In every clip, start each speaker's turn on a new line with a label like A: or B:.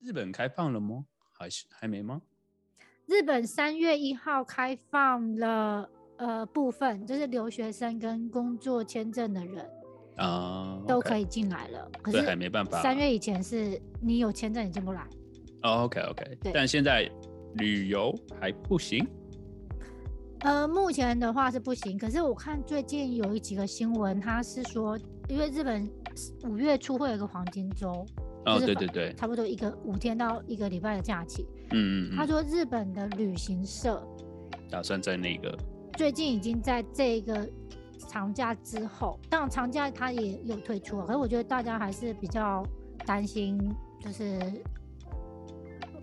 A: 日本开放了吗？还是还没吗？
B: 日本三月一号开放了，呃，部分就是留学生跟工作签证的人
A: 啊、
B: 嗯都可
A: 以，
B: 以进来了。可
A: 对，还
B: 是
A: 没办法。
B: 三月以前是你有签证你进不来，
A: 哦，OK OK，
B: 对
A: 但现在旅游还不行
B: 呃，目前的话是不行。可是我看最近有一几个新闻，他是说，因为日本五月初会有一个黄金周，
A: 哦，
B: 就
A: 对
B: 是法
A: 对对，
B: 差不多一个五天到一个礼拜的假期。
A: 嗯嗯
B: 他
A: 嗯，
B: 说日本的旅行社
A: 打算在那个
B: 最近已经在这个长假之后，当然长假他也有退出啊，可是我觉得大家还是比较担心，就是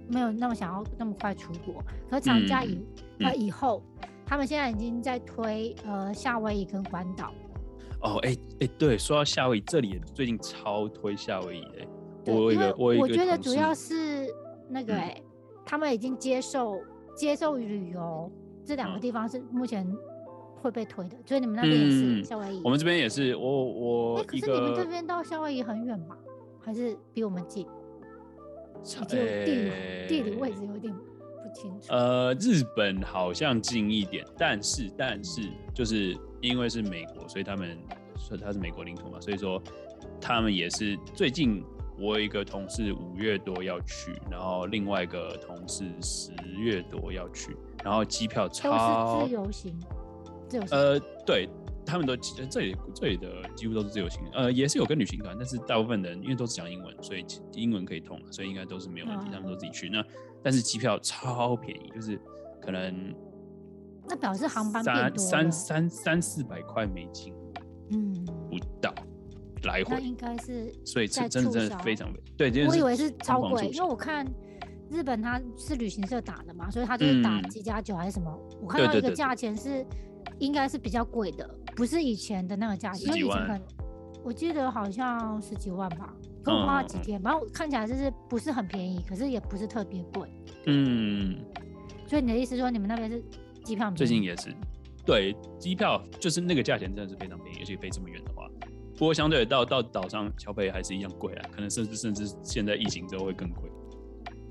B: 没有那么想要那么快出国。可是长假以、
A: 嗯
B: 呃以后，他们现在已经在推呃夏威夷跟关岛，
A: 哦，哎、哎、对，说到夏威夷，这里最近超推夏威夷哎、
B: 对，
A: 我有一
B: 因为
A: 个我有一个
B: 觉得
A: 同
B: 主
A: 事
B: 要是那个
A: 嗯
B: 哎、他们已经接受接受旅游这两个
A: 嗯
B: 地方是目前会被推的，所以你们那边也
A: 嗯
B: 是夏威夷。
A: 我们这边也是，我
B: 哎，
A: 我
B: 可
A: 一
B: 是你们这
A: 个
B: 边到夏威夷很远吗？还是比我们近？
A: 差
B: 我只有地理、地理位
A: 哎
B: 置有点不清楚。
A: 呃，日本好像近一点，但是但是就是因为是美国，所以他们说它是美国领土嘛，所以说他们也是最近我有一个同事五月多要去，然后另外一个同事十月多要去，然后机票
B: 都
A: 超
B: 是自由行，自由行。
A: 呃，对他们都呃这里这里的几乎都是自由行，呃，也是有跟旅行团，但是大部分人因为都是讲英文，所以其英文可以通了，所以应该都是没有问题，
B: 嗯
A: 他们都自己去。那但是机票超便宜，就是可能
B: 那表示航班变
A: 三
B: 多
A: 三
B: 了。
A: 三三四百块美金
B: 嗯，
A: 不到来
B: 那
A: 回，
B: 应该是。
A: 所以这
B: 在
A: 真的
B: 促
A: 真的
B: 销
A: 非常对，真的
B: 我以为
A: 是
B: 是超
A: 疯狂
B: 贵，
A: 促
B: 因
A: 销
B: 为我看日本它是旅行社打的嘛，所以它就是打
A: 嗯
B: 几加九还是什么。我看
A: 对
B: 到
A: 对
B: 一个
A: 对对
B: 价钱是应该是比较贵的，不是以前的那个价钱，
A: 十
B: 因为
A: 几
B: 以前
A: 万
B: 可能我记得好像十几万吧，可我花了几
A: 嗯嗯嗯
B: 天，反正我看起来就是不是很便宜，可是也不是特别贵。
A: 嗯。
B: 所以你的意思说你们那边是机票很
A: 最
B: 便
A: 近
B: 宜
A: 也是，对，机票就是那个价钱真的是非常便宜，尤其飞这么远的话。不过相对的到到岛上消费还是一样贵啊，可能甚至甚至现在疫情之后会更贵。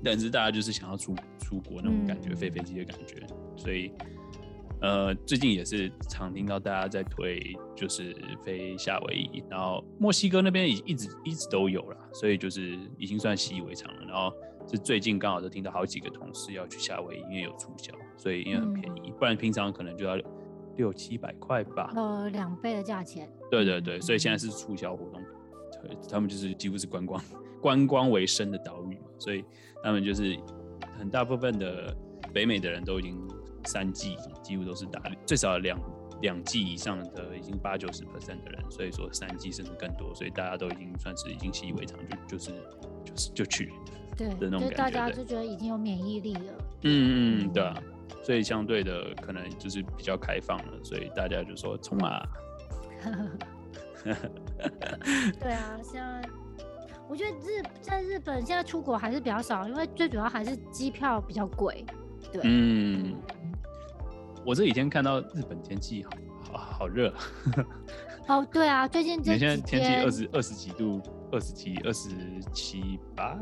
A: 但是大家就是想要出出国那种感觉，
B: 嗯
A: 飞飞机的感觉，所以呃，最近也是常听到大家在推，就是飞夏威夷，然后墨西哥那边已一直一直都有啦，所以就是已经算习以为常了。然后是最近刚好就听到好几个同事要去夏威夷，因为有促销，所以因为很便宜，不然平常可能就要六七百块吧。
B: 呃两倍的价钱。
A: 对对对，所以现在是促销活动，对他们就是几乎是观光观光为生的岛屿嘛，所以他们就是很大部分的北美的人都已经三季几乎都是打最少两两季以上的已经八九十 percent 的人，所以说三季甚至更多，所以大家都已经算是已经习以为常，就就是就是就去，
B: 对，
A: 那种
B: 就
A: 感
B: 大
A: 觉
B: 家
A: 对
B: 就觉得已经有免疫力了。
A: 嗯嗯对啊，所以相对的可能就是比较开放了，所以大家就说冲啊，
B: 对啊，现在我觉得日在日本现在出国还是比较少，因为最主要还是机票比较贵。对，
A: 嗯，我这几天看到日本天气好好好热啊，
B: 哦，对啊，最近这
A: 你现在
B: 几
A: 天气二十二十几度，二十几、二十七八，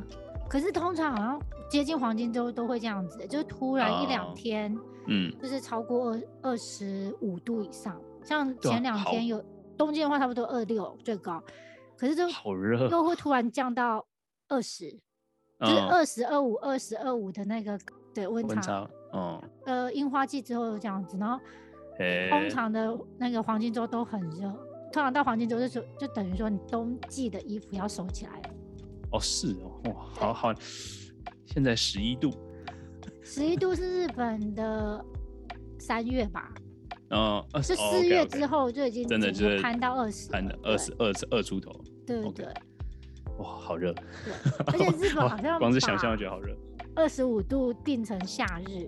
B: 可是通常好像接近黄金周都会这样子，就是突然一
A: 哦
B: 两天
A: 嗯，
B: 就是超过二二十五度以上，像
A: 对啊
B: 前两
A: 好
B: 天有东京的话差不多二六最高，可是就
A: 好热，
B: 又会突然降到二十，就是
A: 嗯，
B: 二十二五、二十二五的那个对温
A: 温
B: 差，
A: 差，嗯，
B: 呃，樱花季之后这样子，然后
A: 诶
B: 通常的那个黄金周都很热，通常到黄金周就是就等于说你冬季的衣服要收起来了。
A: 哦是哦，哇，好好，现在十一度，
B: 十一度是日本的三月吧，
A: 嗯，二十
B: 就四月之，
A: 哦
B: 后就已经
A: 真的
B: 整
A: 就
B: 个
A: 是
B: 攀到二十，
A: ，OK，OK，看的二十二十二出头，
B: 对，对
A: OK
B: 对对，
A: 哇，好热，
B: 而且日 本好像
A: 光是想象就觉得好热，
B: 二十五度定成夏日，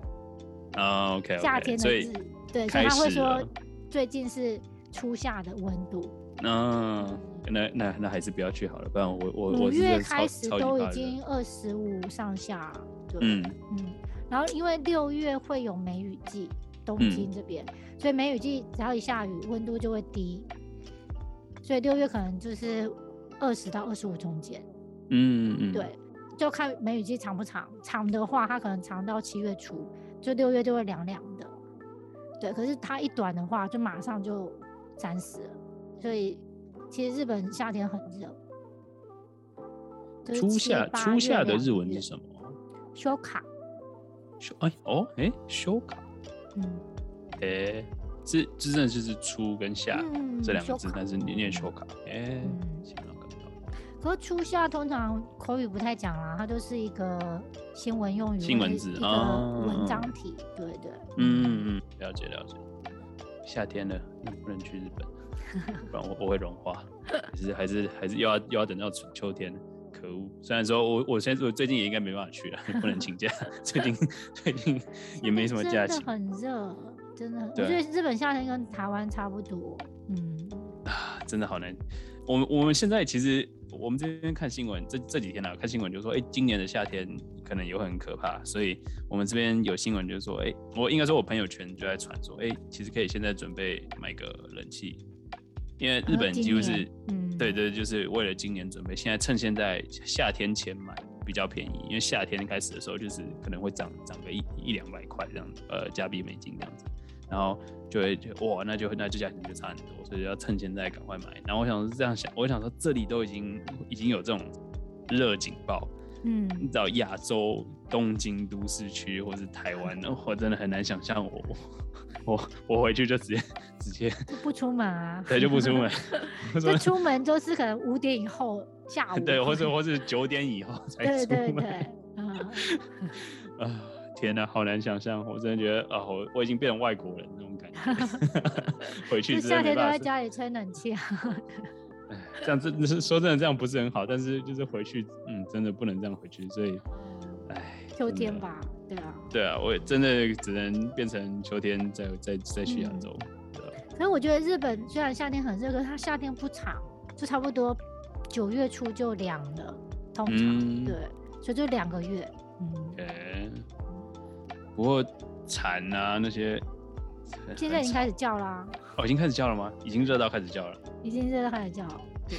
A: 啊，OK，
B: 夏天的
A: 所
B: 日
A: 以，
B: 对，所
A: 开
B: 以他会
A: 始
B: 说
A: 了
B: 最近是初夏的温度。
A: 嗯，那那那还是不要去好了，不然我我
B: 五
A: 我是真
B: 月
A: 的超
B: 开始
A: 超级
B: 都
A: 怕
B: 已
A: 热
B: 经二十五上下，对，
A: 嗯
B: 嗯然后因为六月会有梅雨季，东
A: 嗯
B: 京这边，所以梅雨季只要一下雨，温度就会低，所以六月可能就是二十到二十五中间，
A: 嗯嗯，嗯
B: 对，就看梅雨季长不长，长的话它可能长到七月初，就六月就会凉凉的。对，可是它一短的话，就马上就三十了。所以其实日本夏天很热。就是
A: 初
B: 七
A: 夏
B: 八
A: 初
B: 月
A: 夏的
B: 两
A: 日文
B: 月
A: 是什么？
B: 修卡，
A: 修哎哦哎修卡
B: 嗯，
A: 哎，这这真的就是初跟夏
B: 嗯
A: 啊这两个
B: 修
A: 字，
B: 卡
A: 但是你念修卡哎
B: 嗯，
A: 想到看到
B: 可是初夏通常口语不太讲啦，它就是一个新闻用语，
A: 新
B: 或
A: 闻
B: 者
A: 字
B: 一
A: 哦
B: 个文章体，对对，
A: 嗯嗯嗯，了解了解。夏天了，能不能去日 本？不然我我会融化。还是还是还是又要又要等到春秋天了，可恶！虽然说我我现在我最近也应该没办法去了，不能请假。 最近最近也没什么假
B: 哎真
A: 期
B: 的很热，真的很，我
A: 对
B: 觉得日本夏天跟台湾差不多，嗯，
A: 啊，真的好难。我们我们现在其实我们这边看新闻，这这几天啊看新闻就说，哎、今年的夏天可能也会很可怕，所以我们这边有新闻就说，哎、我应该说我朋友圈就在传说，哎、其实可以现在准备买个冷气，因为日本
B: 今
A: 几乎是
B: 年，嗯，
A: 对对，就是为了今年准备，现在趁现在夏天前买比较便宜，因为夏天开始的时候就是可能会涨涨个一一两百块这样子，呃，加币美金这样子，然后就会觉得哇，那就那就价钱就差很多，所以要趁现在赶快买。然后我想是这样想，我想说这里都已经已经有这种热警报，你
B: 嗯，
A: 知道亚洲东京都市区或是台 湾，哦我真的很难想象我 我我我回去就直接直接
B: 就不出门啊，
A: 对就 不出门，我说
B: 就出门就是可能五点以后下 午，
A: 对，或者或是九点以后才
B: 对
A: 出
B: 对
A: 门。
B: 对，嗯，
A: 啊，天哪，好难想象！我真的觉得啊，我我已经变成外国人那种感 觉。 回去真的
B: 就夏
A: 没
B: 天都
A: 办法。
B: 在家里吹冷气啊，
A: 这 样真的是说真的，这样不是很好。但是就是回去，嗯，真的不能这样回去，所以，哎，真
B: 秋
A: 的
B: 天。吧，对啊。
A: 对啊，我也真的只能变成秋天再再再去亚
B: 嗯
A: 洲。对啊
B: 可是我觉得日本虽然夏天很热，可是它夏天不长，就差不多九月初就凉了，通常、
A: 嗯
B: 对，所以就两个月。嗯，
A: 哎，不过蝉啊那些，
B: 现在已
A: 很
B: 经开始叫啦，
A: 哦已经开始叫了吗？已经热到开始叫了。
B: 已经热到开始叫了， 对，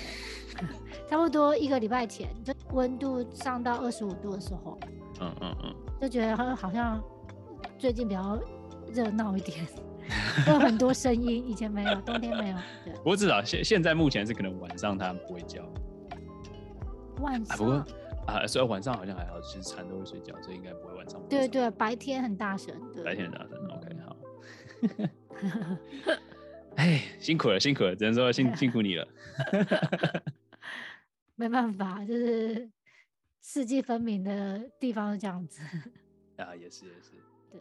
B: 差不多一个礼拜前，就温度上到二十五度的时候，
A: 嗯嗯嗯。
B: 就觉得好像最近比较热闹一 点，有很多声音，以前没有，冬天没有，对，
A: 不过至少现现在目前是可能晚上它不会叫。
B: 晚
A: 啊，
B: 上。
A: 不过啊，所以晚上好像还好，其实蝉都会睡觉，所以应该不会晚上不会
B: 对
A: 吵，
B: 对，白天很大声，对，
A: 白天很大声。OK，好。 哎，辛苦了，辛苦了，只能说 辛辛苦你了。
B: 没办法，就是四季分明的地方是这样子。
A: 啊，也是也是。
B: 对，